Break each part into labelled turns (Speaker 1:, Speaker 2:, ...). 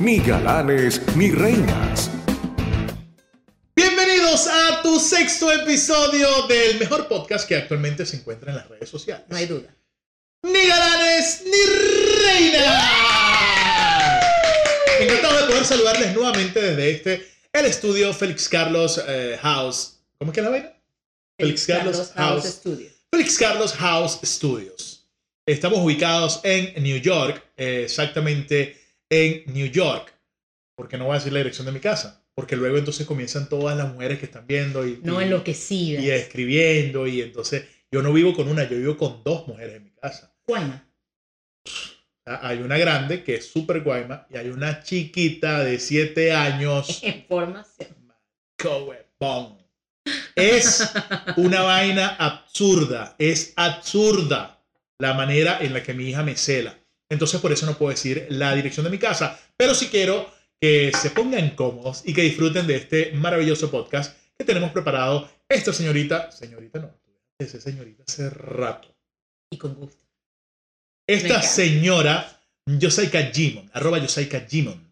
Speaker 1: ni galanes, ni reinas.
Speaker 2: Bienvenidos a tu sexto episodio del mejor podcast que actualmente se encuentra en las redes sociales.
Speaker 3: No hay duda.
Speaker 2: Ni galanes, ni reinas. Encantado de poder saludarles nuevamente desde este, el estudio Félix Carlos eh, House. ¿Cómo es que es la vaina? Félix Carlos House.
Speaker 3: Studio.
Speaker 2: Félix Carlos House Studios. Estamos ubicados en New York, eh, exactamente en New York. Porque no voy a decir la dirección de mi casa, porque luego entonces comienzan todas las mujeres que están viendo y,
Speaker 3: No
Speaker 2: y-
Speaker 3: enloquecida.
Speaker 2: y escribiendo y entonces yo no vivo con una, yo vivo con dos mujeres en mi casa.
Speaker 3: Juana.
Speaker 2: Ah, Hay una grande que es súper guayma y hay una chiquita de siete años.
Speaker 3: En formación.
Speaker 2: Cohebón. Es una vaina absurda, es absurda la manera en la que mi hija me cela. Entonces por eso no puedo decir la dirección de mi casa, pero sí quiero que se pongan cómodos y que disfruten de este maravilloso podcast que tenemos preparado esta señorita, señorita no, ese señorita hace rato.
Speaker 3: Y con gusto. Me
Speaker 2: Esta
Speaker 3: encanta.
Speaker 2: señora Yosaika Jimon, arroba Yosaika Jimon.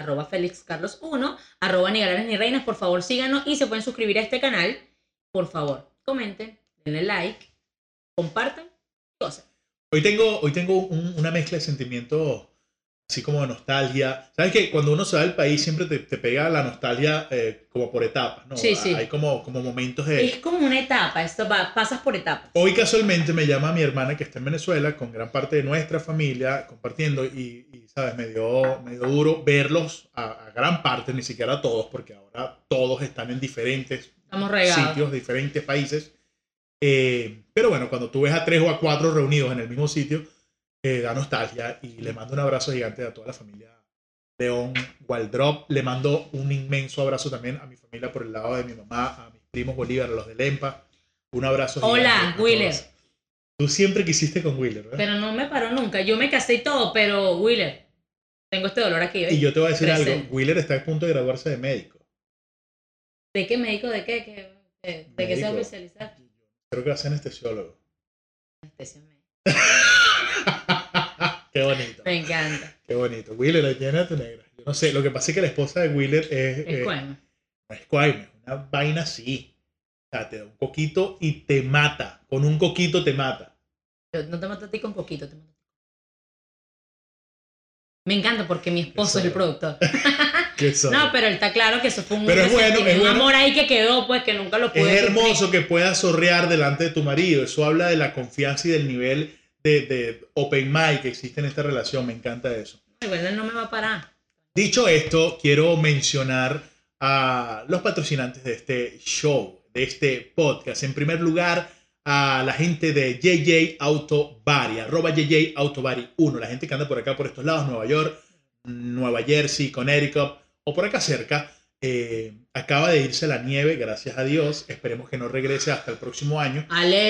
Speaker 3: Arroba Félix Carlos 1. Arroba ni galanes ni reinas. Por favor, síganos y se pueden suscribir a este canal. Por favor, comenten, denle like, compartan. Cosas.
Speaker 2: Hoy tengo, hoy tengo un- una mezcla de sentimientos así como de nostalgia. Sabes que cuando uno se va del país siempre te, te pega la nostalgia eh, como por etapas, ¿no?
Speaker 3: Sí, sí.
Speaker 2: Hay como, como momentos de...
Speaker 3: Es como una etapa. Esto va- pasas por etapas.
Speaker 2: Hoy casualmente me llama mi hermana que está en Venezuela con gran parte de nuestra familia compartiendo y, y, ¿sabes? Me dio, me dio duro verlos a, a gran parte, ni siquiera a todos, porque ahora todos están en diferentes
Speaker 3: Estamos regados.
Speaker 2: sitios, diferentes países. Eh, pero bueno, cuando tú ves a tres o a cuatro reunidos en el mismo sitio, eh, da nostalgia y le mando un abrazo gigante a toda la familia León Waldrop. Le mando un inmenso abrazo también a mi familia por el lado de mi mamá, a mis primos Bolívar, a los de Lempa. Un abrazo.
Speaker 3: Hola,
Speaker 2: gigante a todos.
Speaker 3: Wheeler.
Speaker 2: Tú siempre quisiste con Wheeler, ¿verdad?
Speaker 3: Pero no me paró nunca. Yo me casé y todo, pero Wheeler, tengo este dolor aquí. ¿ves?
Speaker 2: y yo te voy a decir algo.
Speaker 3: presente.
Speaker 2: Wheeler está a punto de graduarse de médico.
Speaker 3: ¿De qué médico? ¿De qué? ¿Qué- ¿De, de qué se va a
Speaker 2: Médico.
Speaker 3: especializar?
Speaker 2: Creo que va a ser anestesiólogo.
Speaker 3: Anestesia médica.
Speaker 2: Qué bonito.
Speaker 3: Me encanta.
Speaker 2: Qué bonito. Wheeler, la llena tu negra. Yo no sé, lo que pasa es que la esposa de Wheeler es,
Speaker 3: Es
Speaker 2: eh,
Speaker 3: bueno.
Speaker 2: no es cuaima, es una vaina así. O sea, te da un coquito y te mata. Con un coquito te mata.
Speaker 3: Yo no te mato a ti con poquito, te mato a ti. Me encanta porque mi esposo es el productor.
Speaker 2: Qué sabor.
Speaker 3: No, pero él está claro que eso fue un,
Speaker 2: Pero es bueno,
Speaker 3: resentimiento,
Speaker 2: es
Speaker 3: un
Speaker 2: bueno.
Speaker 3: amor ahí que quedó, pues que nunca lo pude.
Speaker 2: es hermoso que puedas zorrear delante de tu marido. Eso habla de la confianza y del nivel de, de open mind que existe en esta relación. Me encanta eso.
Speaker 3: cumplir. Igual él no me va a parar.
Speaker 2: Dicho esto, quiero mencionar a los patrocinantes de este show, de este podcast. En primer lugar, a la gente de JJ Auto Bari, arroba JJ Auto Bari 1, la gente que anda por acá, por estos lados, Nueva York, Nueva Jersey, Connecticut o por acá cerca. eh, acaba de irse la nieve, gracias a Dios. Esperemos que no regrese hasta el próximo año.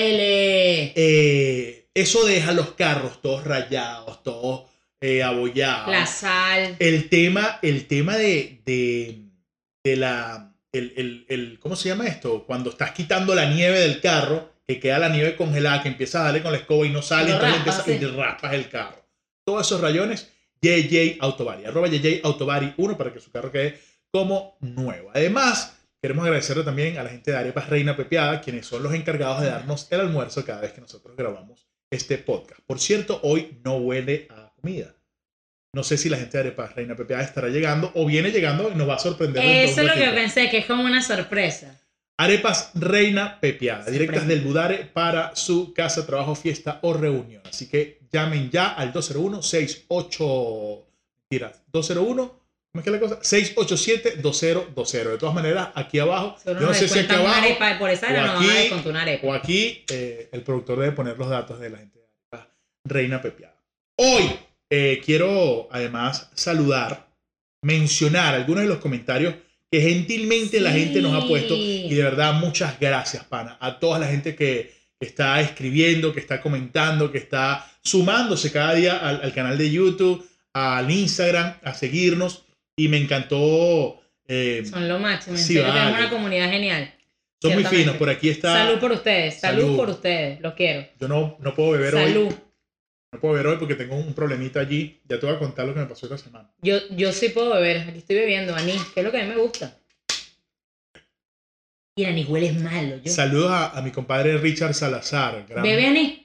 Speaker 3: ¡Alele!
Speaker 2: Eh, eso deja los carros todos rayados, todos eh, abollados
Speaker 3: La sal.
Speaker 2: el tema, el tema de, de, de la, el, el- el- ¿cómo se llama esto? Cuando estás quitando la nieve del carro, que queda la nieve congelada, que empieza a darle con la escoba y no sale,
Speaker 3: Lo
Speaker 2: entonces
Speaker 3: raspas,
Speaker 2: empieza- y
Speaker 3: sí.
Speaker 2: te raspas el carro. Todos esos rayones, JJ Autobari, arroba JJ Autobari 1 para que su carro quede como nuevo. Además, queremos agradecerle también a la gente de Arepas Reina Pepeada, quienes son los encargados de darnos el almuerzo cada vez que nosotros grabamos este podcast. Por cierto, hoy no huele a comida. No sé si la gente de Arepas Reina Pepeada estará llegando o viene llegando y nos va a sorprender. dentro
Speaker 3: Eso
Speaker 2: de
Speaker 3: es
Speaker 2: un
Speaker 3: lo que
Speaker 2: ratito.
Speaker 3: pensé, que es como una sorpresa.
Speaker 2: Arepas Reina Pepeada,
Speaker 3: Siempre.
Speaker 2: directas del Budare para su casa, trabajo, fiesta o reunión. Así que llamen ya al 201-68... Mira, 201... ¿Cómo es que es la cosa? 687-2020. De todas maneras, aquí abajo, yo
Speaker 3: Seguro
Speaker 2: no
Speaker 3: nos
Speaker 2: sé si aquí
Speaker 3: descuentan una
Speaker 2: abajo
Speaker 3: arepa, por esa
Speaker 2: o
Speaker 3: era nos van a
Speaker 2: aquí,
Speaker 3: descontar una arepa.
Speaker 2: o aquí eh, el productor debe poner los datos de la gente de Arepas Reina Pepeada. Hoy eh, quiero además saludar, mencionar algunos de los comentarios que gentilmente la gente nos ha puesto y de verdad, muchas gracias, pana, a toda la gente que que está escribiendo, que está comentando, que está sumándose cada día al, al canal de YouTube, al Instagram, a seguirnos. Y me encantó. eh, son
Speaker 3: Son lo máximo. En
Speaker 2: Sí,
Speaker 3: serio,
Speaker 2: vale.
Speaker 3: tenemos una comunidad genial.
Speaker 2: muy
Speaker 3: ciertamente.
Speaker 2: finos. Por aquí está.
Speaker 3: Salud por ustedes, salud,
Speaker 2: Salud.
Speaker 3: por ustedes, los quiero.
Speaker 2: Yo no, no puedo beber hoy.
Speaker 3: salud.
Speaker 2: No puedo ver hoy porque tengo un problemita allí. Ya te voy a contar lo que me pasó esta semana.
Speaker 3: Yo, yo sí puedo beber, aquí estoy bebiendo anís, que es lo que a mí me gusta. Y el anís huele malo. Yo.
Speaker 2: Saludos a, a mi compadre Richard Salazar. gran-
Speaker 3: Bebe anís.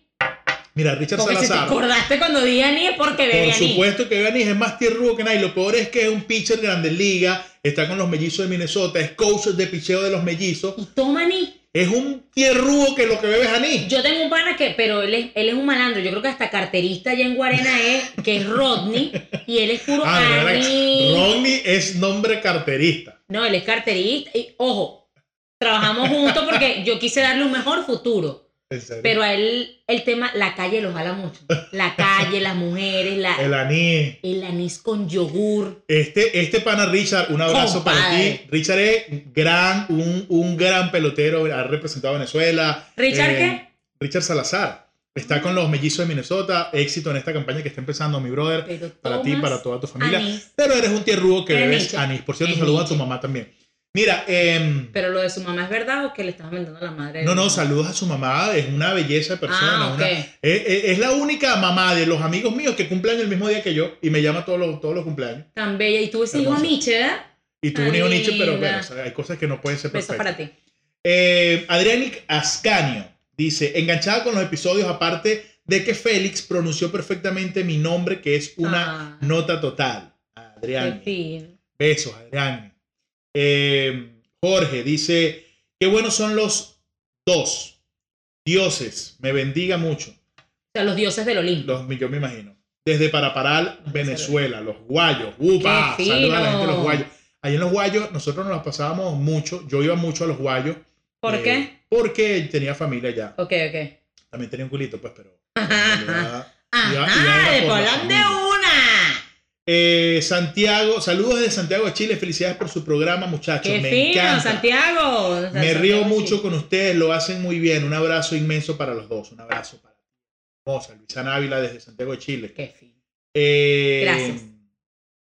Speaker 2: Mira, Richard
Speaker 3: Porque si te
Speaker 2: Salazar.
Speaker 3: acordaste cuando di anís es porque bebe
Speaker 2: Por
Speaker 3: anís.
Speaker 2: supuesto que Ganis es más tierrudo que nadie. Lo peor es que es un pitcher de Grandes Ligas, está con los mellizos de Minnesota, es coach de picheo de los mellizos.
Speaker 3: Y toma anís.
Speaker 2: Es un tierrudo que lo que bebe es anís.
Speaker 3: Yo tengo un pana que, pero él es, él es un malandro. Yo creo que hasta carterista allá en Guarena es, que es Rodney. Y él es puro
Speaker 2: Ah, de verdad que-
Speaker 3: anís.
Speaker 2: Rodney es nombre carterista.
Speaker 3: No, él es carterista. Y, ojo, trabajamos juntos porque yo quise darle un mejor futuro.
Speaker 2: En serio.
Speaker 3: Pero a él, el tema, la calle lo jala mucho. La calle, las mujeres, la,
Speaker 2: El
Speaker 3: el,
Speaker 2: anís.
Speaker 3: anís con yogur.
Speaker 2: Este, este pana Richard, un abrazo para
Speaker 3: Compadre.
Speaker 2: ti. Richard es gran, un, un gran pelotero, ha representado a Venezuela.
Speaker 3: ¿Richard
Speaker 2: Eh,
Speaker 3: qué?
Speaker 2: Richard Salazar. Está con los mellizos de Minnesota. Éxito en esta campaña que está empezando, mi brother.
Speaker 3: Pero
Speaker 2: Para ti,
Speaker 3: tomas
Speaker 2: para toda tu familia.
Speaker 3: anís.
Speaker 2: Pero eres un tierrudo que
Speaker 3: Eres
Speaker 2: bebes
Speaker 3: nicho.
Speaker 2: anís. Por cierto,
Speaker 3: Eres
Speaker 2: saludo a
Speaker 3: nicho.
Speaker 2: tu mamá también. Mira, em,
Speaker 3: Pero lo de su mamá es verdad o que le estás mentando a la madre. de
Speaker 2: no,
Speaker 3: la
Speaker 2: no,
Speaker 3: mamá?
Speaker 2: saludos a su mamá. Es una belleza de persona.
Speaker 3: Ah, ok.
Speaker 2: una- es, es- es la única mamá de los amigos míos que cumplen el mismo día que yo y me llama todos los, todos los cumpleaños.
Speaker 3: Tan bella. Y tú ese hijo ¿eh?
Speaker 2: Hermosa.
Speaker 3: Nietzsche, ¿verdad?
Speaker 2: Y tuvo un hijo
Speaker 3: Ay,
Speaker 2: nicho, pero
Speaker 3: linda.
Speaker 2: bueno, o sea, hay cosas que no pueden ser
Speaker 3: Besos
Speaker 2: perfectas.
Speaker 3: para ti.
Speaker 2: Eh, Adrianic Ascanio dice, enganchada con los episodios, aparte de que Félix pronunció perfectamente mi nombre, que es una
Speaker 3: Ah,
Speaker 2: nota total. Adrián.
Speaker 3: qué fino.
Speaker 2: Besos, Adrián. Eh, Jorge dice, qué buenos son los dos. Dioses, me bendiga mucho.
Speaker 3: O sea, los dioses del Olimpo.
Speaker 2: Los, yo me imagino. Desde Paraparal, Venezuela, los guayos. ¡Upa!
Speaker 3: ¡Qué
Speaker 2: Saludos a la gente de los
Speaker 3: fino!
Speaker 2: guayos. Ahí en los guayos nosotros nos las pasábamos mucho. Yo iba mucho a los guayos.
Speaker 3: ¿Por
Speaker 2: eh,
Speaker 3: qué?
Speaker 2: Porque tenía familia ya.
Speaker 3: Ok, ok.
Speaker 2: También tenía un culito, pues, pero...
Speaker 3: Ah, Ajá,
Speaker 2: Iba- iba era
Speaker 3: de
Speaker 2: por la
Speaker 3: Polán de
Speaker 2: familia.
Speaker 3: una.
Speaker 2: Eh, Santiago, saludos desde Santiago de Chile. Felicidades por su programa, muchachos.
Speaker 3: Qué
Speaker 2: me
Speaker 3: fino,
Speaker 2: encanta.
Speaker 3: Santiago. O sea,
Speaker 2: Me
Speaker 3: Santiago,
Speaker 2: río
Speaker 3: sí.
Speaker 2: mucho con ustedes, lo hacen muy bien. Un abrazo inmenso para los dos. Un abrazo para ti. Hermosa, Luisana Ávila desde Santiago de Chile.
Speaker 3: Qué fino.
Speaker 2: Eh,
Speaker 3: Gracias.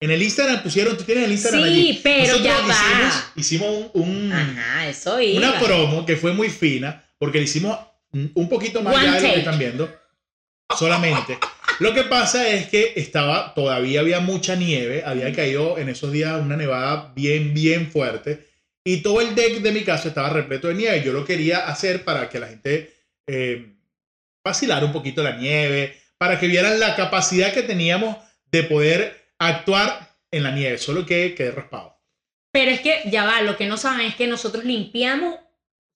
Speaker 2: En el Instagram pusieron, tú tienes el
Speaker 3: Sí,
Speaker 2: Instagram allí.
Speaker 3: pero
Speaker 2: Nosotros
Speaker 3: ya
Speaker 2: hicimos,
Speaker 3: va.
Speaker 2: Hicimos un, un-
Speaker 3: Ajá, eso iba.
Speaker 2: una promo que fue muy fina, porque le hicimos un poquito más
Speaker 3: One
Speaker 2: allá de lo que
Speaker 3: take.
Speaker 2: están viendo. Solamente. Lo que pasa es que estaba, todavía había mucha nieve, había caído en esos días una nevada bien, bien fuerte, y todo el deck de mi casa estaba repleto de nieve. Yo lo quería hacer para que la gente eh, vacilara un poquito la nieve, para que vieran la capacidad que teníamos de poder actuar en la nieve, solo que quedé raspado.
Speaker 3: Pero es que, ya va, lo que no saben es que nosotros limpiamos, o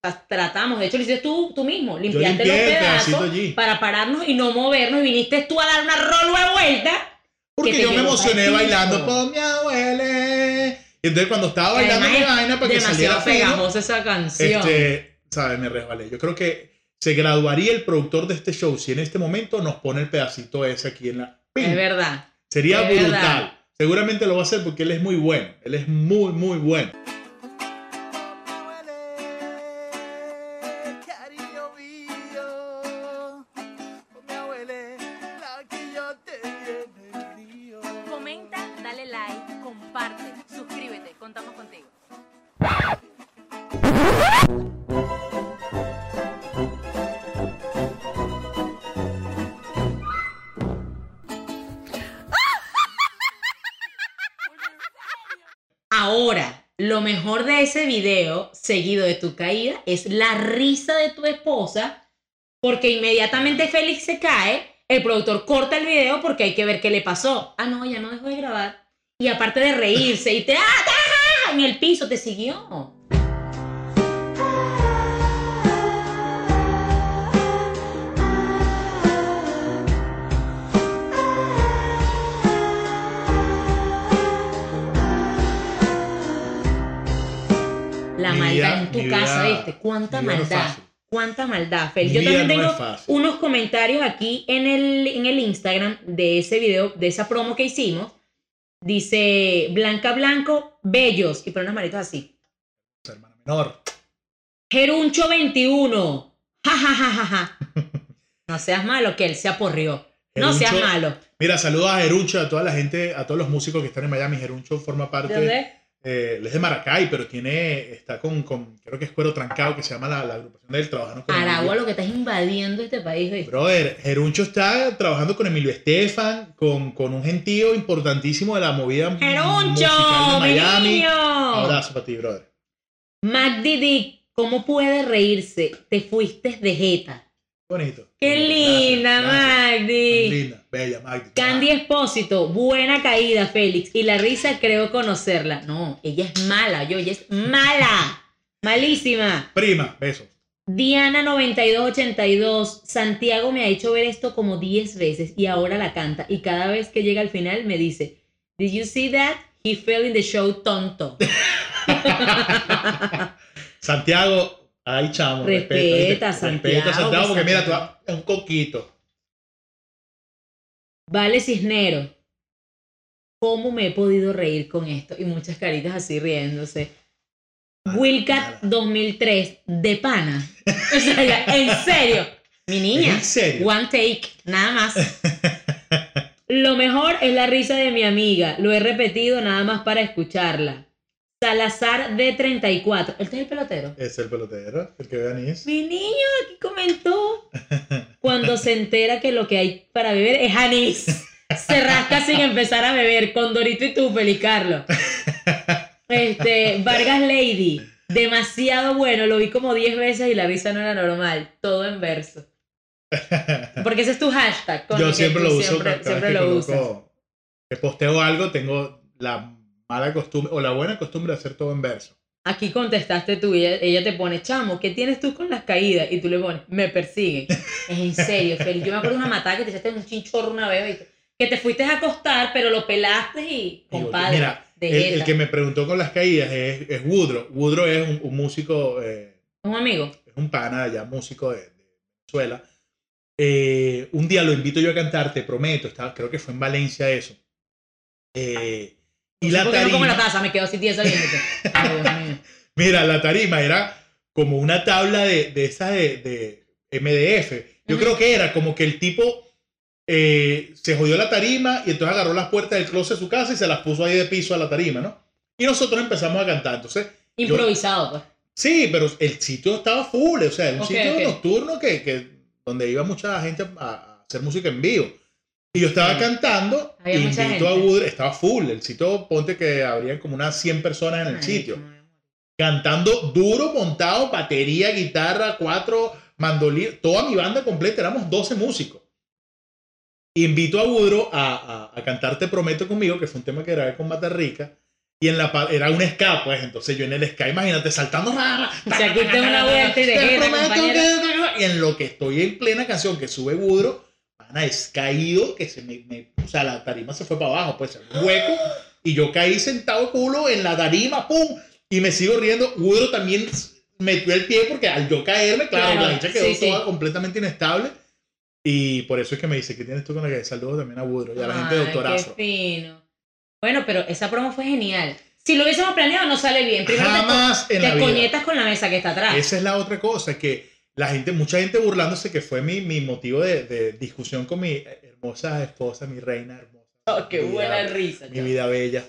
Speaker 3: sea, tratamos, de hecho lo hiciste tú, tú mismo,
Speaker 2: Yo
Speaker 3: limpiaste
Speaker 2: limpié
Speaker 3: los
Speaker 2: el pedacito
Speaker 3: pedazos
Speaker 2: allí.
Speaker 3: para pararnos y no movernos y viniste tú a dar una rolo de vuelta. que
Speaker 2: Porque
Speaker 3: te
Speaker 2: yo me
Speaker 3: llegó
Speaker 2: emocioné
Speaker 3: partido.
Speaker 2: bailando con mi abuela. Y entonces cuando estaba bailando mi
Speaker 3: Además,
Speaker 2: vaina para que saliera
Speaker 3: Demasiado
Speaker 2: fino,
Speaker 3: pegajosa esa canción.
Speaker 2: este, ¿sabes? Me resbalé. Yo creo que se graduaría el productor de este show si en este momento nos pone el pedacito ese aquí en la... ¡Pim!
Speaker 3: es verdad.
Speaker 2: Sería
Speaker 3: es
Speaker 2: brutal.
Speaker 3: verdad.
Speaker 2: Seguramente lo va a hacer porque él es muy bueno. Él es muy, muy bueno.
Speaker 4: abuelé, cariño mío, mi abuelé, la que yo te viene frío.
Speaker 5: Comenta, dale like, comparte, suscríbete, contamos contigo.
Speaker 3: Ahora, lo mejor de ese video, seguido de tu caída, es la risa de tu esposa, porque inmediatamente Félix se cae, el productor corta el video porque hay que ver qué le pasó. Ah, no, ya no dejó de grabar. Y aparte de reírse y te ¡ah, ah, ah! en el piso, te siguió. La
Speaker 2: Mi
Speaker 3: maldad
Speaker 2: vida-
Speaker 3: en tu
Speaker 2: mi
Speaker 3: casa,
Speaker 2: vida-
Speaker 3: ¿viste? ¿Cuánta
Speaker 2: mi vida no es
Speaker 3: maldad?
Speaker 2: fácil.
Speaker 3: ¿Cuánta maldad, Félix?
Speaker 2: Mi
Speaker 3: Yo
Speaker 2: vida
Speaker 3: también
Speaker 2: no
Speaker 3: tengo
Speaker 2: es fácil.
Speaker 3: unos comentarios aquí en el, en el Instagram de ese video, de esa promo que hicimos. Dice Blanca Blanco, bellos, y pone unas manitos así.
Speaker 2: Su hermana menor.
Speaker 3: Geruncho 21, ja, ja, ja, ja, ja. No seas malo, que él se aporrió. No seas
Speaker 2: Geruncho- ah,
Speaker 3: malo.
Speaker 2: Mira, saludos a Geruncho, a toda la gente, a todos los músicos que están en Miami. Geruncho forma parte
Speaker 3: ¿De dónde?
Speaker 2: eh, él es de Maracay, pero tiene, está con, con, creo que es Cuero Trancado, que se llama la, la agrupación del trabajo.
Speaker 3: Aragua, lo que estás invadiendo este país, ¿viste?
Speaker 2: Brother, Geruncho está trabajando con Emilio Estefan, con, con un gentío importantísimo de la movida musical de
Speaker 3: ¡Geruncho, mi
Speaker 2: Miami.
Speaker 3: niño!
Speaker 2: Abrazo para ti, brother.
Speaker 3: Magdi Dick, ¿cómo puede reírse? Te fuiste de jeta.
Speaker 2: Bonito.
Speaker 3: ¡Qué
Speaker 2: Bonito,
Speaker 3: linda,
Speaker 2: gracias, gracias.
Speaker 3: Magdi!
Speaker 2: Linda, bella, Magdi.
Speaker 3: Candy Espósito, buena caída, Félix. Y la risa creo conocerla. No, ella es mala, yo, ella es mala. Malísima.
Speaker 2: Prima, besos.
Speaker 3: Diana9282, Santiago me ha hecho ver esto como 10 veces y ahora la canta. Y cada vez que llega al final me dice, ¿Did you see that? He fell in the show tonto.
Speaker 2: Santiago, ay, chamo.
Speaker 3: Respeta,
Speaker 2: ¿viste? Respeta,
Speaker 3: Santiago,
Speaker 2: Santiago, porque
Speaker 3: que
Speaker 2: mira, tú,
Speaker 3: Santiago-
Speaker 2: es un coquito.
Speaker 3: Vale Cisnero, ¿cómo me he podido reír con esto? Y muchas caritas así riéndose.
Speaker 2: Ah,
Speaker 3: Wilcat
Speaker 2: nada.
Speaker 3: 2003, de pana. O sea, ya, en serio. Mi niña,
Speaker 2: ¿En serio?
Speaker 3: one take, nada más. Lo mejor es la risa de mi amiga. Lo he repetido nada más para escucharla. Salazar de 34. ¿Este es el pelotero?
Speaker 2: Es el pelotero, el que ve anís.
Speaker 3: Mi niño aquí comentó cuando se entera que lo que hay para beber es anís. Se rasca sin empezar a beber con Dorito y tú, Feliz Carlos. Este, Vargas Lady, demasiado bueno, lo vi como 10 veces y la risa no era normal, todo en verso. Porque ese es tu hashtag. con
Speaker 2: Yo
Speaker 3: el que
Speaker 2: siempre
Speaker 3: tú
Speaker 2: lo uso.
Speaker 3: Siempre,
Speaker 2: cada
Speaker 3: siempre
Speaker 2: vez que
Speaker 3: lo usas.
Speaker 2: coloco- que posteo algo, tengo la mala costumbre, o la buena costumbre de hacer todo en verso.
Speaker 3: Aquí contestaste tú, y ella, ella te pone, chamo, ¿qué tienes tú con las caídas? Y tú le pones, me persiguen. Es en serio, Feli. Yo me acuerdo de una matada que te echaste un chinchorro una vez, ¿oíste? que te fuiste a acostar, pero lo pelaste y,
Speaker 2: Digo,
Speaker 3: compadre,
Speaker 2: mira,
Speaker 3: de
Speaker 2: El,
Speaker 3: jeta.
Speaker 2: el que me preguntó con las caídas es, es Woodrow. Woodrow es un, un músico, eh,
Speaker 3: Un amigo.
Speaker 2: es un pana ya músico de, de Venezuela. Eh, un día lo invito yo a cantar, te prometo, estaba, creo que fue en Valencia eso. Eh, y la
Speaker 3: Porque no como
Speaker 2: tarima,
Speaker 3: la taza, me quedo así tiesa viéndote. Ah, Ay, Dios mío.
Speaker 2: mira, la tarima era como una tabla de, de esas de, de MDF. Yo
Speaker 3: Ujú.
Speaker 2: creo que era como que el tipo eh, se jodió la tarima y entonces agarró las puertas del closet de su casa y se las puso ahí de piso a la tarima, ¿no? Y nosotros empezamos a cantar. Entonces,
Speaker 3: Improvisado, pues.
Speaker 2: Sí, pero el sitio estaba full, o sea, era un
Speaker 3: Ok,
Speaker 2: sitio
Speaker 3: ok.
Speaker 2: nocturno que, que- donde iba mucha gente a, a hacer música en vivo. Y yo estaba
Speaker 3: Ok.
Speaker 2: cantando,
Speaker 3: Había
Speaker 2: y
Speaker 3: mucha
Speaker 2: invito a
Speaker 3: gente.
Speaker 2: Woodrow, estaba full, el sitio, ponte que habrían como unas 100 personas en el
Speaker 3: Ay,
Speaker 2: sitio,
Speaker 3: no.
Speaker 2: cantando duro, montado, batería, guitarra, cuatro, mandolín, toda mi banda completa, éramos 12 músicos. Invito a Woodrow a, a, a cantar Te Prometo conmigo, que fue un tema que grabé con Matarrica. Y en la pa- era un ska, pues, entonces yo en el ska, imagínate, saltando. ra, ra,
Speaker 3: O sea, aquí te da una vuelta y de
Speaker 2: te
Speaker 3: jeta,
Speaker 2: prometo
Speaker 3: compañero.
Speaker 2: que- Y en lo que estoy en plena canción que sube Woodrow, pana, es caído que se me, me- O sea, la tarima se fue para abajo, pues, un hueco. Y yo caí sentado culo en la tarima, ¡pum! Y me sigo riendo. Woodrow también metió el pie porque al yo caerme, claro,
Speaker 3: Claro,
Speaker 2: la hincha quedó
Speaker 3: sí, sí.
Speaker 2: toda completamente inestable. Y por eso es que me dice, ¿qué tienes tú con la que saludos también a Woodrow y a la gente de
Speaker 3: Ay,
Speaker 2: Doctor
Speaker 3: qué
Speaker 2: Afro?
Speaker 3: fino. Bueno, pero esa promo fue genial. Si lo hubiésemos planeado, no sale bien. Primero te co-
Speaker 2: Jamás en la
Speaker 3: te
Speaker 2: vida.
Speaker 3: coñetas con la mesa que está atrás.
Speaker 2: Esa es la otra cosa, que la gente, mucha gente burlándose, que fue mi, mi motivo de, de discusión con mi hermosa esposa, mi reina hermosa.
Speaker 3: Oh, qué
Speaker 2: Mi
Speaker 3: buena
Speaker 2: vida-
Speaker 3: risa.
Speaker 2: Mi
Speaker 3: chamo.
Speaker 2: vida bella.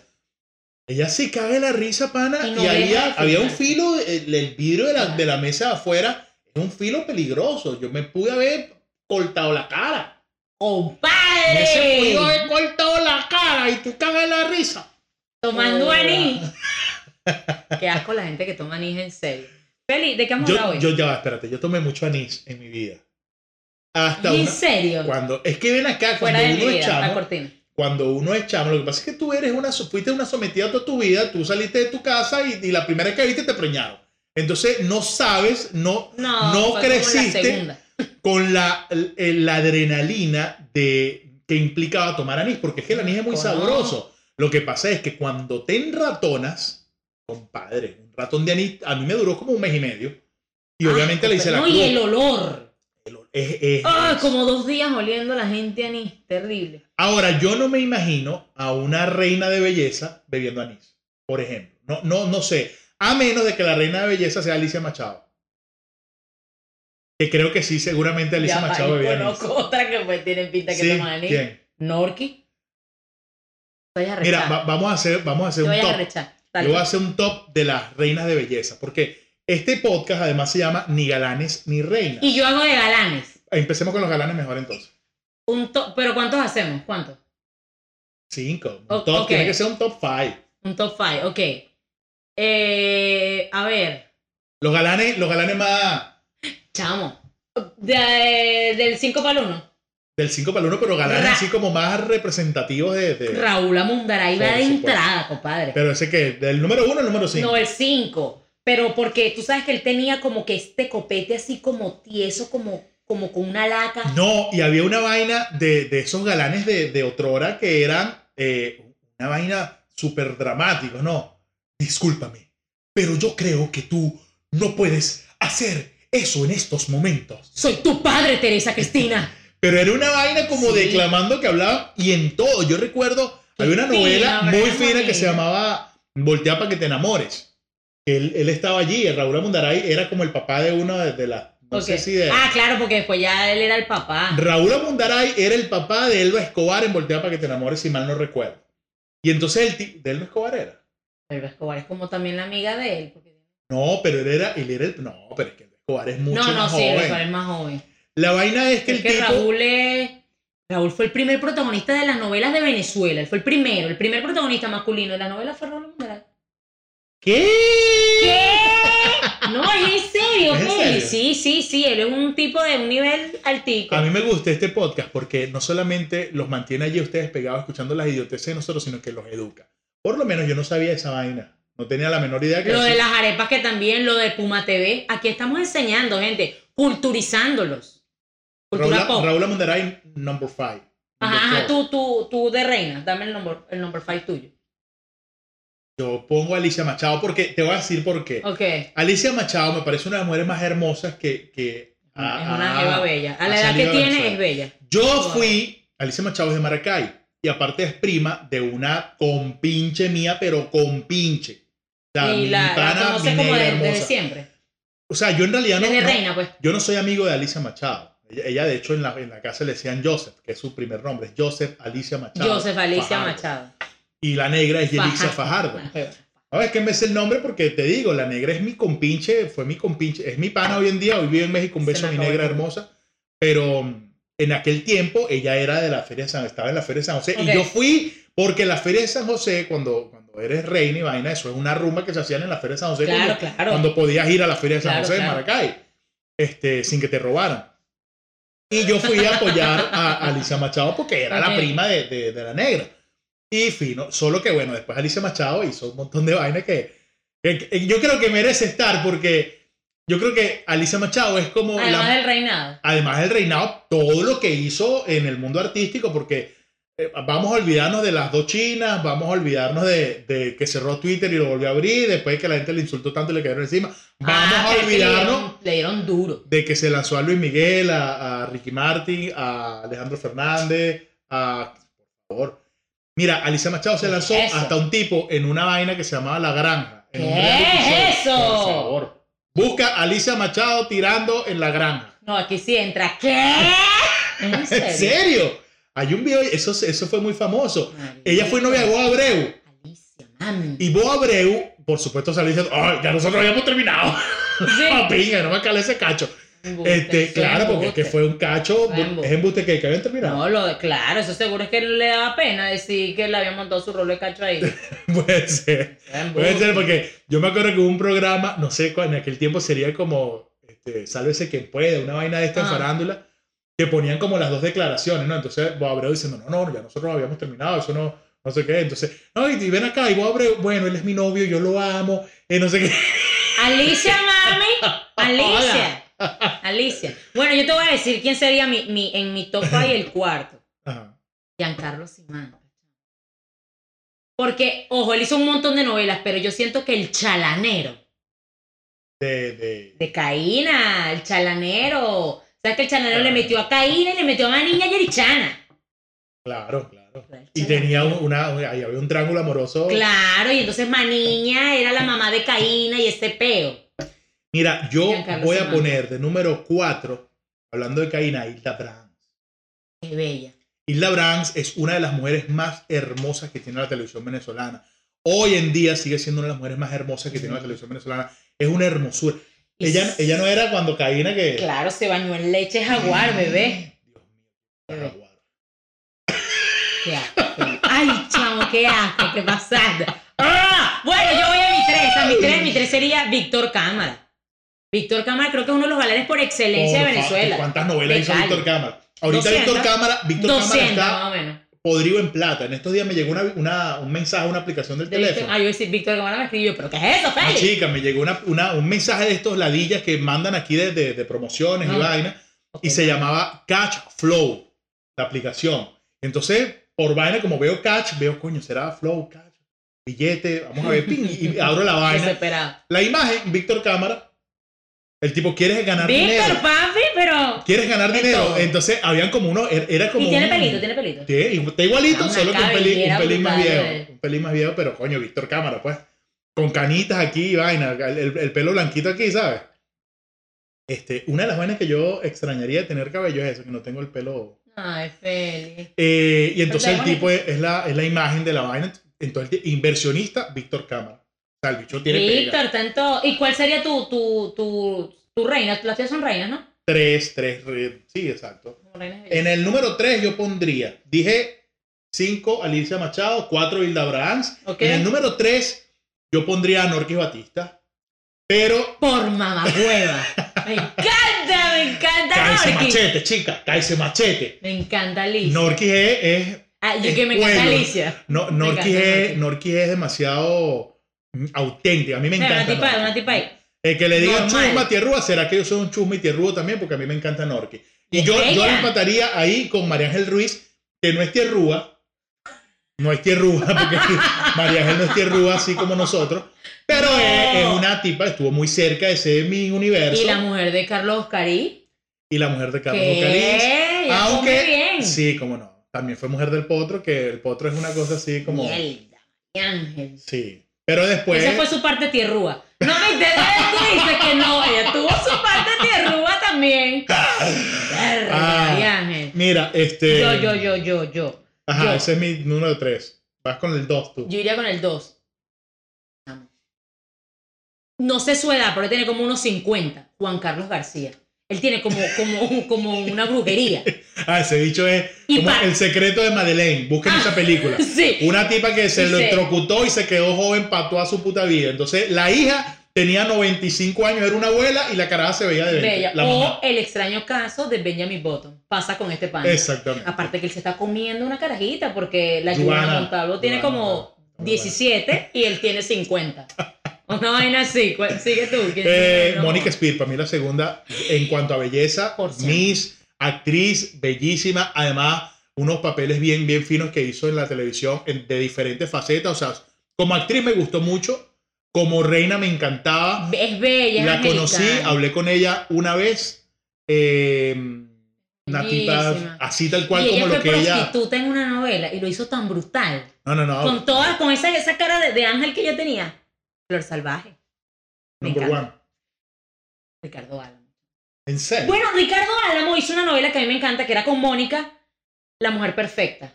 Speaker 2: Ella se caga en la risa, pana,
Speaker 3: Y
Speaker 2: y,
Speaker 3: no deja de
Speaker 2: había, había un
Speaker 3: fijarse.
Speaker 2: filo, eh, el, el vidrio de la,
Speaker 3: Ajá.
Speaker 2: de la mesa de afuera, es un filo peligroso. Yo me pude haber cortado la cara. Me se pudo
Speaker 3: ¡Compadre!
Speaker 2: haber cortado la cara y tú cagas en la risa.
Speaker 3: Tomando
Speaker 2: Hola.
Speaker 3: anís. Qué asco la gente que toma anís en serio. Feli, ¿de qué hemos hablado
Speaker 2: Yo,
Speaker 3: hoy?
Speaker 2: yo ya, va, espérate, yo tomé mucho anís en mi vida. Hasta
Speaker 3: ¿En
Speaker 2: una,
Speaker 3: serio?
Speaker 2: cuando es que ven acá cuando
Speaker 3: Fuera de mi
Speaker 2: uno es
Speaker 3: vida, la
Speaker 2: chamo
Speaker 3: cortina.
Speaker 2: cuando uno es chamo lo que pasa es que tú eres una so- fuiste una sometida toda tu vida tú saliste de tu casa y, y la primera que viste te preñaron entonces no sabes no No
Speaker 3: No, fue como la
Speaker 2: creciste.
Speaker 3: segunda.
Speaker 2: con la, el- la adrenalina de que implicaba tomar anís porque es que el anís es muy
Speaker 3: Coño.
Speaker 2: sabroso lo que pasa es que cuando te enratonas compadre un ratón de anís a mí me duró como un mes y medio y obviamente le hice la
Speaker 3: Ah, No,
Speaker 2: cruz.
Speaker 3: y el olor.
Speaker 2: Es- es-
Speaker 3: Ah,
Speaker 2: es-
Speaker 3: como dos días oliendo la gente a anís. Terrible.
Speaker 2: Ahora, yo no me imagino a una reina de belleza bebiendo anís, por ejemplo. No, no, no sé. A menos de que la reina de belleza sea Alicia Machado. Que creo que sí, seguramente Alicia
Speaker 3: Ya,
Speaker 2: Machado
Speaker 3: ahí
Speaker 2: bebía anís.
Speaker 3: conozco otra que pues tiene pinta que
Speaker 2: Sí,
Speaker 3: toma anís.
Speaker 2: ¿quién?
Speaker 3: Norki. Te vayas a
Speaker 2: Mira,
Speaker 3: rechar.
Speaker 2: va- vamos a hacer, vamos a hacer
Speaker 3: Te
Speaker 2: un
Speaker 3: vayas a
Speaker 2: top.
Speaker 3: rechar. Tal
Speaker 2: Yo voy a
Speaker 3: cual.
Speaker 2: hacer un top de las reinas de belleza, porque este podcast además se llama Ni galanes ni reinas.
Speaker 3: Y yo hago de galanes.
Speaker 2: Empecemos con los galanes mejor entonces.
Speaker 3: Un top, pero ¿cuántos hacemos? ¿Cuántos?
Speaker 2: Cinco. Un
Speaker 3: O-
Speaker 2: top,
Speaker 3: ok.
Speaker 2: Tiene que ser un top five.
Speaker 3: Un top 5, ok. Eh, a ver,
Speaker 2: Los galanes, los galanes más
Speaker 3: chamo. De- del 5 para el 1.
Speaker 2: del 5 para el 1, pero galanes
Speaker 3: Ra-
Speaker 2: así como más representativos de... de-
Speaker 3: Raúl Amundaray va
Speaker 2: Por
Speaker 3: de
Speaker 2: supuesto.
Speaker 3: entrada, compadre.
Speaker 2: pues. Pero ese que, del número 1 al número 5.
Speaker 3: No, el 5. Pero porque tú sabes que él tenía como que este copete así como tieso, como, como con una laca.
Speaker 2: No, y había una vaina de, de esos galanes de, de otrora que eran eh, una vaina súper dramática, ¿no? Discúlpame, pero yo creo que tú no puedes hacer eso en estos momentos.
Speaker 3: Soy tu padre, Teresa Cristina.
Speaker 2: Pero era una vaina como
Speaker 3: Sí.
Speaker 2: declamando que hablaba y en todo. Yo recuerdo,
Speaker 3: Qué
Speaker 2: había una
Speaker 3: fino,
Speaker 2: novela
Speaker 3: ¿verdad,
Speaker 2: muy fina que
Speaker 3: Juanita?
Speaker 2: se llamaba Voltea para que te enamores. Él, él estaba allí, el Raúl Amundaray era como el papá de una de, de las... No sé
Speaker 3: Ok.
Speaker 2: si de...
Speaker 3: Ah, claro, porque después ya él era el papá.
Speaker 2: Raúl Amundaray era el papá de Elba Escobar en Voltea para que te enamores, si mal no recuerdo. Y entonces el tipo de Elba Escobar era.
Speaker 3: Elba Escobar es como también la amiga de él. porque-
Speaker 2: No, pero él era, él era el. No, pero es que Elba Escobar es mucho
Speaker 3: No, no,
Speaker 2: más
Speaker 3: sí, Elba
Speaker 2: joven.
Speaker 3: Escobar es más joven.
Speaker 2: La vaina es que
Speaker 3: Es
Speaker 2: el
Speaker 3: que
Speaker 2: tipo.
Speaker 3: Raúl es... Raúl fue el primer protagonista de las novelas de Venezuela. Él fue el primero, el primer protagonista masculino de las novelas fue Raúl Amundaray.
Speaker 2: ¿Qué?
Speaker 3: ¿Qué? No, es en serio,
Speaker 2: ¿Es en
Speaker 3: Feli.
Speaker 2: serio?
Speaker 3: Sí, sí, sí, él es un tipo de un nivel altico.
Speaker 2: A mí me gusta este podcast porque no solamente los mantiene allí ustedes pegados escuchando las idioteces de nosotros, sino que los educa. Por lo menos yo no sabía esa vaina. No tenía la menor idea que
Speaker 3: Lo
Speaker 2: así-
Speaker 3: de las arepas que también, lo de Puma TV. Aquí estamos enseñando, gente, culturizándolos. Cultura
Speaker 2: Raúl,
Speaker 3: pop.
Speaker 2: Raúl Amundaray, number five.
Speaker 3: ajá,
Speaker 2: Number four.
Speaker 3: ajá, tú, tú, tú de reina. Dame el nombre, el number five tuyo.
Speaker 2: Yo pongo a Alicia Machado porque te voy a decir por qué.
Speaker 3: Ok.
Speaker 2: Alicia Machado me parece una de las mujeres más hermosas que... que ha-
Speaker 3: es una
Speaker 2: ha-
Speaker 3: jeva bella. A
Speaker 2: Ah, ha
Speaker 3: la edad que
Speaker 2: salido de
Speaker 3: tiene
Speaker 2: Venezuela.
Speaker 3: es bella.
Speaker 2: Yo
Speaker 3: Wow.
Speaker 2: fui, Alicia Machado es de Maracay, y aparte es prima de una compinche mía, pero compinche. O sea,
Speaker 3: y
Speaker 2: mi
Speaker 3: la, la
Speaker 2: pana,
Speaker 3: conoce
Speaker 2: mi
Speaker 3: como
Speaker 2: negra
Speaker 3: de- desde
Speaker 2: hermosa.
Speaker 3: siempre.
Speaker 2: O sea, yo en realidad no,
Speaker 3: desde
Speaker 2: no-
Speaker 3: reina, pues.
Speaker 2: yo no soy amigo de Alicia Machado. Ella, ella, de hecho, en la, en la casa le decían Joseph, que es su primer nombre, es Joseph Alicia Machado.
Speaker 3: Joseph Alicia
Speaker 2: Fajardo.
Speaker 3: Machado.
Speaker 2: Y la negra es Yelitza
Speaker 3: Fajardo.
Speaker 2: Fajardo.
Speaker 3: Una jeva.
Speaker 2: No, es que me sé el nombre porque te digo, la negra es mi compinche, fue mi compinche, es mi pana hoy en día, hoy vive en México, un
Speaker 3: Se
Speaker 2: beso a
Speaker 3: me
Speaker 2: mi
Speaker 3: acabó
Speaker 2: negra
Speaker 3: el nombre.
Speaker 2: hermosa, pero mm, en aquel tiempo ella era de la Feria de San, estaba en la Feria de San José,
Speaker 3: Ok.
Speaker 2: y yo fui porque la Feria de San José, cuando, cuando eres reina y vaina, eso es una rumba que se hacían en la Feria de San José,
Speaker 3: Claro,
Speaker 2: cuando,
Speaker 3: claro.
Speaker 2: cuando podías ir a la Feria de San
Speaker 3: Claro,
Speaker 2: José
Speaker 3: claro.
Speaker 2: de Maracay, este, sin que te robaran. Y yo fui a apoyar a, a Alicia Machado porque era la
Speaker 3: Ok.
Speaker 2: prima de, de- de la negra. Y fino, solo que bueno, después Alicia Machado hizo un montón de vainas que, que- que yo creo que merece estar porque yo creo que Alicia Machado es como, la-
Speaker 3: Además del reinado.
Speaker 2: además del reinado, todo lo que hizo en el mundo artístico porque eh, vamos a olvidarnos de las dos chinas, vamos a olvidarnos de, de que cerró Twitter y lo volvió a abrir, después de que la gente le insultó tanto y le cayeron encima, vamos
Speaker 3: Ah,
Speaker 2: a
Speaker 3: pero es que le dieron-
Speaker 2: olvidarnos
Speaker 3: Le dieron duro.
Speaker 2: de que se lanzó a Luis Miguel, a, a Ricky Martin, a Alejandro Fernández, a... Por favor. Mira, Alicia Machado se lanzó
Speaker 3: Eso.
Speaker 2: hasta un tipo en una vaina que se llamaba La Granja. en un
Speaker 3: ¿Qué
Speaker 2: reality show.
Speaker 3: es eso?
Speaker 2: Por favor. Busca a Alicia Machado tirando en La Granja.
Speaker 3: No, aquí sí entra. ¿Qué? ¿En
Speaker 2: ¿En
Speaker 3: serio?
Speaker 2: serio? Hay un video, eso, eso fue muy famoso.
Speaker 3: Marica.
Speaker 2: Ella fue novia de Bo Abreu.
Speaker 3: Alicia, mami.
Speaker 2: Y Bo Abreu, por supuesto, salió diciendo, ay, ya nosotros habíamos terminado.
Speaker 3: Sí.
Speaker 2: Pinga, no me cale ese cacho.
Speaker 3: Embuste,
Speaker 2: Este,
Speaker 3: eso
Speaker 2: claro,
Speaker 3: es
Speaker 2: porque es que
Speaker 3: embuste.
Speaker 2: fue un cacho.
Speaker 3: Fue embuste.
Speaker 2: Es embuste que que habían terminado.
Speaker 3: No, lo de, claro, eso seguro es que le daba pena decir que le había montado su rolo de cacho ahí.
Speaker 2: Puede ser. Puede ser porque yo me acuerdo que hubo un programa, no sé, en aquel tiempo sería como este, Sálvese quien pueda, una vaina de esta en
Speaker 3: Ah.
Speaker 2: farándula, que ponían como las dos declaraciones, ¿no? Entonces Bob Abreu diciendo, no, no, ya nosotros habíamos terminado, eso no, no sé qué. Entonces, no, y, y ven acá, y Bob Abreu, bueno, él es mi novio, yo lo amo, eh, no sé qué.
Speaker 3: Alicia, mami. Alicia. Alicia. Bueno, yo te voy a decir quién sería mi, mi, en mi top y el cuarto.
Speaker 2: Ajá.
Speaker 3: Giancarlo Simán. Porque, ojo, él hizo un montón de novelas, pero yo siento que el chalanero.
Speaker 2: De, de,
Speaker 3: De Caína, el chalanero. ¿Sabes que el chalanero
Speaker 2: Ah.
Speaker 3: le metió a Caína y le metió a Manilla y a Erichana?
Speaker 2: claro, claro. Y tenía un- una, ahí había un triángulo amoroso.
Speaker 3: Claro, y entonces Maniña era la mamá de Caína y ese peo.
Speaker 2: Mira, yo
Speaker 3: Giancarlo
Speaker 2: voy a
Speaker 3: Simán.
Speaker 2: poner de número 4, hablando de Caína, a Hilda Brandt.
Speaker 3: Qué bella.
Speaker 2: Hilda Brands es una de las mujeres más hermosas que tiene la televisión venezolana. Hoy en día sigue siendo una de las mujeres más hermosas que tiene la televisión venezolana. Es una hermosura.
Speaker 3: Y
Speaker 2: Ella,
Speaker 3: s-
Speaker 2: ella no era cuando Caína que...
Speaker 3: Claro, se bañó en leche jaguar, bebé.
Speaker 2: Dios mío, jaguar.
Speaker 3: Qué asco. Ay, chamo, qué asco, qué pasada. ¡Ah! Bueno, yo voy a mi tres. A mi tres, mi tres sería Víctor Cámara. Víctor Cámara creo que es uno de los galanes por excelencia
Speaker 2: Por
Speaker 3: de
Speaker 2: fa-
Speaker 3: Venezuela.
Speaker 2: ¿Cuántas novelas
Speaker 3: De
Speaker 2: hizo
Speaker 3: Cali.
Speaker 2: Víctor Cámara? Ahorita
Speaker 3: 200.
Speaker 2: Víctor Cámara, Víctor
Speaker 3: 200
Speaker 2: Cámara
Speaker 3: más
Speaker 2: está
Speaker 3: o menos.
Speaker 2: podrido en plata. En estos días me llegó una, una- un mensaje, una aplicación del
Speaker 3: De Víctor-
Speaker 2: teléfono.
Speaker 3: ah, yo iba a decir Víctor Cámara me escribió, pero ¿qué es
Speaker 2: Una
Speaker 3: eso, Félix?
Speaker 2: chica, me llegó una, una- un mensaje de estos ladillas que mandan aquí de, de- de promociones y
Speaker 3: Ah.
Speaker 2: vainas.
Speaker 3: Ok.
Speaker 2: Y se llamaba Catch Flow, la aplicación. Entonces, por vaina, como veo Catch, veo, coño, será Flow, Catch, billete, vamos a ver, ping, y abro la vaina.
Speaker 3: Desesperado.
Speaker 2: La imagen, Víctor Cámara, el tipo quiere ganar dinero.
Speaker 3: Víctor, papi, pero.
Speaker 2: Quieres ganar
Speaker 3: De
Speaker 2: dinero.
Speaker 3: todo.
Speaker 2: Entonces, habían como uno, er- era como.
Speaker 3: Y tiene
Speaker 2: un-
Speaker 3: pelito, tiene pelito.
Speaker 2: Tiene- y- Está igualito,
Speaker 3: Una
Speaker 2: solo que un pelín, un
Speaker 3: cabellera
Speaker 2: pelín más
Speaker 3: brutal,
Speaker 2: viejo.
Speaker 3: eh.
Speaker 2: Un pelín más viejo, pero coño, Víctor Cámara, pues. Con canitas aquí y vaina. El, el- el pelo blanquito aquí, ¿sabes? Este, una de las vainas que yo extrañaría de tener cabello es eso, que no tengo el pelo.
Speaker 3: Ay, Félix.
Speaker 2: Eh, y entonces
Speaker 3: Pero
Speaker 2: el
Speaker 3: está
Speaker 2: tipo es, es la, es la imagen de la vaina. Entonces, inversionista, Víctor Cámara. O sea, el bicho tiene pega.
Speaker 3: Víctor, tanto. ¿Y cuál sería tu, tu, tu, tu reina? Las tuyas son reinas, ¿no?
Speaker 2: Tres, tres, re- sí, exacto.
Speaker 3: Como reinas de belleza.
Speaker 2: En el número 3 yo pondría, dije 5 Alicia Machado, 4 Hilda Brahms.
Speaker 3: Ok.
Speaker 2: En el número 3 yo pondría a Norquis Batista. Pero
Speaker 3: Por mamahueva. me encanta, me encanta
Speaker 2: cáese
Speaker 3: Norquis.
Speaker 2: machete, chica, cáese machete.
Speaker 3: Me encanta Alicia.
Speaker 2: Norquis es, es-
Speaker 3: ah, yo
Speaker 2: es
Speaker 3: que me encanta
Speaker 2: pueblo.
Speaker 3: Alicia.
Speaker 2: no,
Speaker 3: Me
Speaker 2: Norquis
Speaker 3: encanta
Speaker 2: es-
Speaker 3: Norquis.
Speaker 2: Norquis es demasiado mm, auténtica. A mí me
Speaker 3: Mira,
Speaker 2: encanta.
Speaker 3: una tipa,
Speaker 2: Norquis.
Speaker 3: una tipa ahí.
Speaker 2: El que le diga
Speaker 3: Normal.
Speaker 2: chusma tierrúa, ¿será que yo soy un chusma y tierrúa también? Porque a mí me encanta Norqui. Y
Speaker 3: Es
Speaker 2: yo, yo
Speaker 3: bella.
Speaker 2: empataría ahí con María Ángel Ruiz, que no es tierrúa. No es tierrúa, porque María Ángel no es tierrúa, así como nosotros. Pero
Speaker 3: No.
Speaker 2: es, es una tipa, estuvo muy cerca de ese mi universo.
Speaker 3: Y la mujer de Carlos Oscarí.
Speaker 2: mujer de Carlos Bocariz.
Speaker 3: Que ella come bien.
Speaker 2: Sí, como no. También fue mujer del potro, que el potro es una cosa así como. Pues-
Speaker 3: Mierda, mi ángel.
Speaker 2: Sí. Pero después.
Speaker 3: Esa fue su parte tierrúa. No me interesa, tú dices que no, ella tuvo su parte tierrúa también. Verga,
Speaker 2: Ah.
Speaker 3: mi ángel.
Speaker 2: Mira, este.
Speaker 3: Yo, yo, yo, yo, yo.
Speaker 2: Ajá,
Speaker 3: yo.
Speaker 2: ese es mi número 3. Vas con el 2 tú.
Speaker 3: Yo iría con el 2. No sé su edad, pero tiene como unos 50. Juan Carlos García. Él tiene como, como, como una brujería.
Speaker 2: Ah, ese bicho es
Speaker 3: Y
Speaker 2: como
Speaker 3: pa-
Speaker 2: el secreto de Madeleine. Busquen esa película.
Speaker 3: Sí.
Speaker 2: Una tipa que se
Speaker 3: Sí,
Speaker 2: lo
Speaker 3: sí.
Speaker 2: electrocutó y se quedó joven para toda su puta vida. Entonces, la hija tenía 95 años, era una abuela y la caraja se veía de 20.
Speaker 3: Bella.
Speaker 2: La
Speaker 3: O
Speaker 2: mamá.
Speaker 3: el extraño caso de Benjamin Button. Pasa con este pan.
Speaker 2: Exactamente.
Speaker 3: Aparte que él se está comiendo una carajita porque la
Speaker 2: Juana,
Speaker 3: Juana Montalvo tiene
Speaker 2: Juana
Speaker 3: como
Speaker 2: Montalvo.
Speaker 3: 17 y él tiene 50. Una vaina así. ¿Cuál- Sigue tú. ¿Quién
Speaker 2: Eh,
Speaker 3: sigue? No.
Speaker 2: Mónica Spear, para mí la segunda en cuanto a belleza,
Speaker 3: Por cierto.
Speaker 2: Miss, actriz, bellísima, además unos papeles bien, bien finos que hizo en la televisión en- de diferentes facetas, o sea, como actriz me gustó mucho, como reina me encantaba,
Speaker 3: Es bella. es
Speaker 2: la conocí,
Speaker 3: americana.
Speaker 2: hablé con ella una vez. eh, una tipa
Speaker 3: Bellísima.
Speaker 2: así tal cual
Speaker 3: y ella
Speaker 2: como lo
Speaker 3: fue
Speaker 2: que ella. Ah,
Speaker 3: prostituta en una novela y lo hizo tan brutal.
Speaker 2: No, no, no.
Speaker 3: Con todas, con esa, esa cara de, de ángel que ella tenía. Flor Salvaje. Me
Speaker 2: number
Speaker 3: encanta.
Speaker 2: one.
Speaker 3: Ricardo Álamo.
Speaker 2: En serio.
Speaker 3: Bueno, Ricardo Álamo hizo una novela que a mí me encanta, que era con Mónica, La Mujer Perfecta.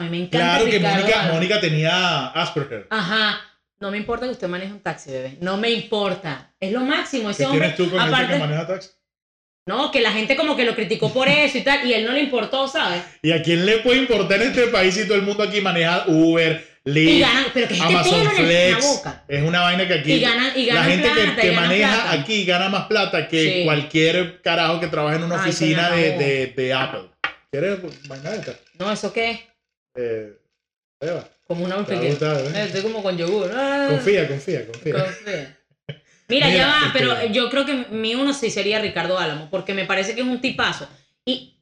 Speaker 3: A mí me encanta.
Speaker 2: claro que
Speaker 3: Ricardo
Speaker 2: Mónica,
Speaker 3: Álamo.
Speaker 2: Mónica tenía Asperger.
Speaker 3: Ajá. No me importa que usted maneje un taxi, bebé. No me importa. Es lo máximo.
Speaker 2: ¿Qué
Speaker 3: Ese hombre.
Speaker 2: tienes tú con gente que
Speaker 3: aparte,
Speaker 2: maneja taxi?
Speaker 3: no, que la gente como que lo criticó por eso y tal. Y él no le importó, ¿sabes?
Speaker 2: ¿Y a quién le puede importar en este país si todo el mundo aquí maneja Uber,
Speaker 3: Y
Speaker 2: Lyft,
Speaker 3: ganan. Pero que es que
Speaker 2: Amazon
Speaker 3: todo en el- en la
Speaker 2: Flex?
Speaker 3: boca.
Speaker 2: Es una vaina que aquí.
Speaker 3: Y ganan, y
Speaker 2: la
Speaker 3: ganan
Speaker 2: gente que-
Speaker 3: plata,
Speaker 2: que,
Speaker 3: y ganan
Speaker 2: maneja
Speaker 3: plata.
Speaker 2: aquí gana más plata que
Speaker 3: Sí.
Speaker 2: cualquier carajo que trabaja en una
Speaker 3: Ay, se me
Speaker 2: oficina de,
Speaker 3: acabó.
Speaker 2: de- de Apple. ¿Quieres vaina de esta?
Speaker 3: No, ¿eso qué es?
Speaker 2: Eh, Eva,
Speaker 3: Como una
Speaker 2: te va a
Speaker 3: que-
Speaker 2: gustar,
Speaker 3: Eh,
Speaker 2: ¿eh?
Speaker 3: Estoy como con yogur. Ah,
Speaker 2: Confía, confía, confía.
Speaker 3: confía. Mira,
Speaker 2: Mira,
Speaker 3: ya va,
Speaker 2: este-
Speaker 3: pero yo creo que mi uno sí sería Ricardo Álamo, porque me parece que es un tipazo. Y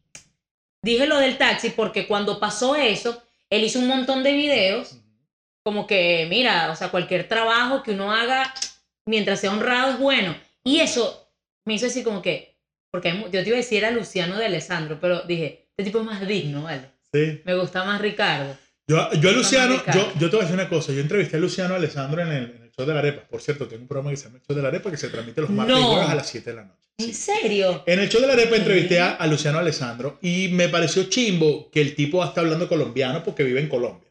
Speaker 3: dije lo del taxi porque cuando pasó eso, él hizo un montón de videos como que, mira, o sea, cualquier trabajo que uno haga mientras sea honrado es bueno. Y eso me hizo decir como que, porque hay mu- yo te iba a decir era Luciano de Alessandro, pero dije, este tipo es más digno, ¿vale?
Speaker 2: Sí.
Speaker 3: Me gusta más Ricardo.
Speaker 2: Yo, yo a Luciano,
Speaker 3: Vamos a
Speaker 2: yo,
Speaker 3: buscar.
Speaker 2: yo te voy a decir una cosa. Yo entrevisté a Luciano Alessandro en el, en el show de la arepa. Por cierto, tengo un programa que se llama El show de la arepa que se transmite los martes y
Speaker 3: No.
Speaker 2: jueves a las 7 de la noche.
Speaker 3: ¿En serio?
Speaker 2: En el show de la arepa entrevisté a, a Luciano Alessandro y me pareció chimbo que el tipo está hablando colombiano porque vive en Colombia.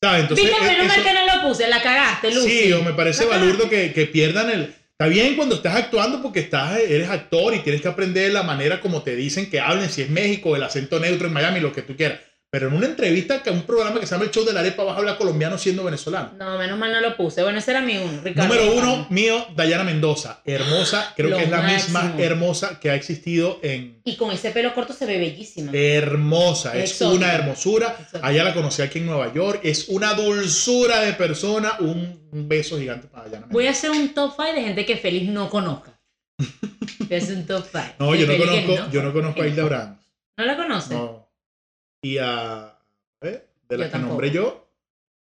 Speaker 2: ¿Sabes? Entonces,
Speaker 3: Viste,
Speaker 2: eh,
Speaker 3: menos mal
Speaker 2: eso-
Speaker 3: que no lo puse, la cagaste, Lucy.
Speaker 2: Sí, o me parece
Speaker 3: La
Speaker 2: balurdo que, que pierdan el... Está bien cuando estás actuando porque estás, eres actor y tienes que aprender la manera como te dicen que hablen, si es México, el acento neutro en Miami, lo que tú quieras. Pero en una entrevista, que un programa que se llama El Show de la Arepa, vas a hablar colombiano siendo venezolano.
Speaker 3: No, menos mal no lo puse. Bueno, ese era mi uno, Ricardo.
Speaker 2: Número uno mío, Dayana Mendoza. Hermosa, creo
Speaker 3: Lo
Speaker 2: que es la Miss
Speaker 3: máximo.
Speaker 2: más hermosa que ha existido en...
Speaker 3: Y con ese pelo corto se ve bellísima.
Speaker 2: Eh. Hermosa, es
Speaker 3: Exótica.
Speaker 2: una hermosura.
Speaker 3: Exótica.
Speaker 2: Allá la conocí aquí en Nueva York. Es una dulzura de persona. Un, un beso gigante para Dayana Mendoza.
Speaker 3: Voy a hacer un top 5 de gente que Félix no conozca. Voy a hacer un top 5.
Speaker 2: No, yo no, conozco, yo no conozco a Hilda Brand.
Speaker 3: ¿No la conoces?
Speaker 2: No. Y a. ¿eh? De
Speaker 3: Yo
Speaker 2: la que
Speaker 3: tampoco.
Speaker 2: nombré yo,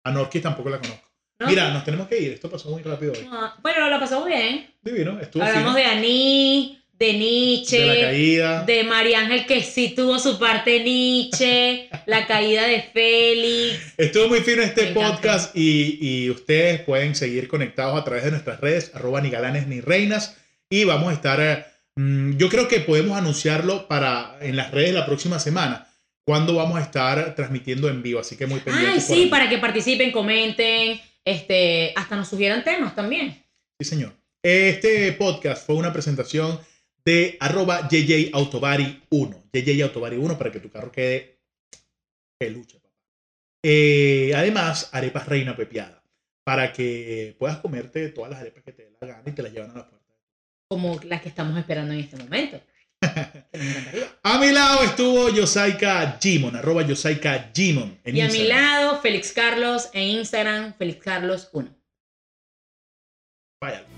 Speaker 2: a Norquis tampoco la conozco.
Speaker 3: ¿No?
Speaker 2: Mira, nos tenemos que ir. Esto pasó muy rápido hoy.
Speaker 3: Ah, Bueno, la pasamos bien.
Speaker 2: Divino, estuvo
Speaker 3: Hablamos
Speaker 2: fino.
Speaker 3: de Aní, de Nietzsche,
Speaker 2: De la caída.
Speaker 3: de María Ángel, que sí tuvo su parte Nietzsche, la caída de Félix.
Speaker 2: Estuvo muy fino este
Speaker 3: Me encantó.
Speaker 2: podcast y, y ustedes pueden seguir conectados a través de nuestras redes, arroba ni galanes ni reinas. Y vamos a estar, eh, mm, yo creo que podemos anunciarlo para en las redes la próxima semana, cuando vamos a estar transmitiendo en vivo. Así que muy pendientes.
Speaker 3: Ay,
Speaker 2: por
Speaker 3: sí,
Speaker 2: ahí.
Speaker 3: para que participen, comenten, este, hasta nos sugieran temas también.
Speaker 2: Sí, señor. Este podcast fue una presentación de arroba JJAutobari1. JJAutobari1 para que tu carro quede peluche. papá. Eh, además, arepas reina pepiada. Para que puedas comerte todas las arepas que te dé la gana y te las llevan a la puerta.
Speaker 3: Como las que estamos esperando en este momento. Que nos encantaría.
Speaker 2: A mi lado estuvo Yosaika Jimon, arroba Yosaika Jimon. en
Speaker 3: Y a mi
Speaker 2: Instagram.
Speaker 3: lado, Félix Carlos en Instagram, Félix Carlos 1.
Speaker 2: Váyalo.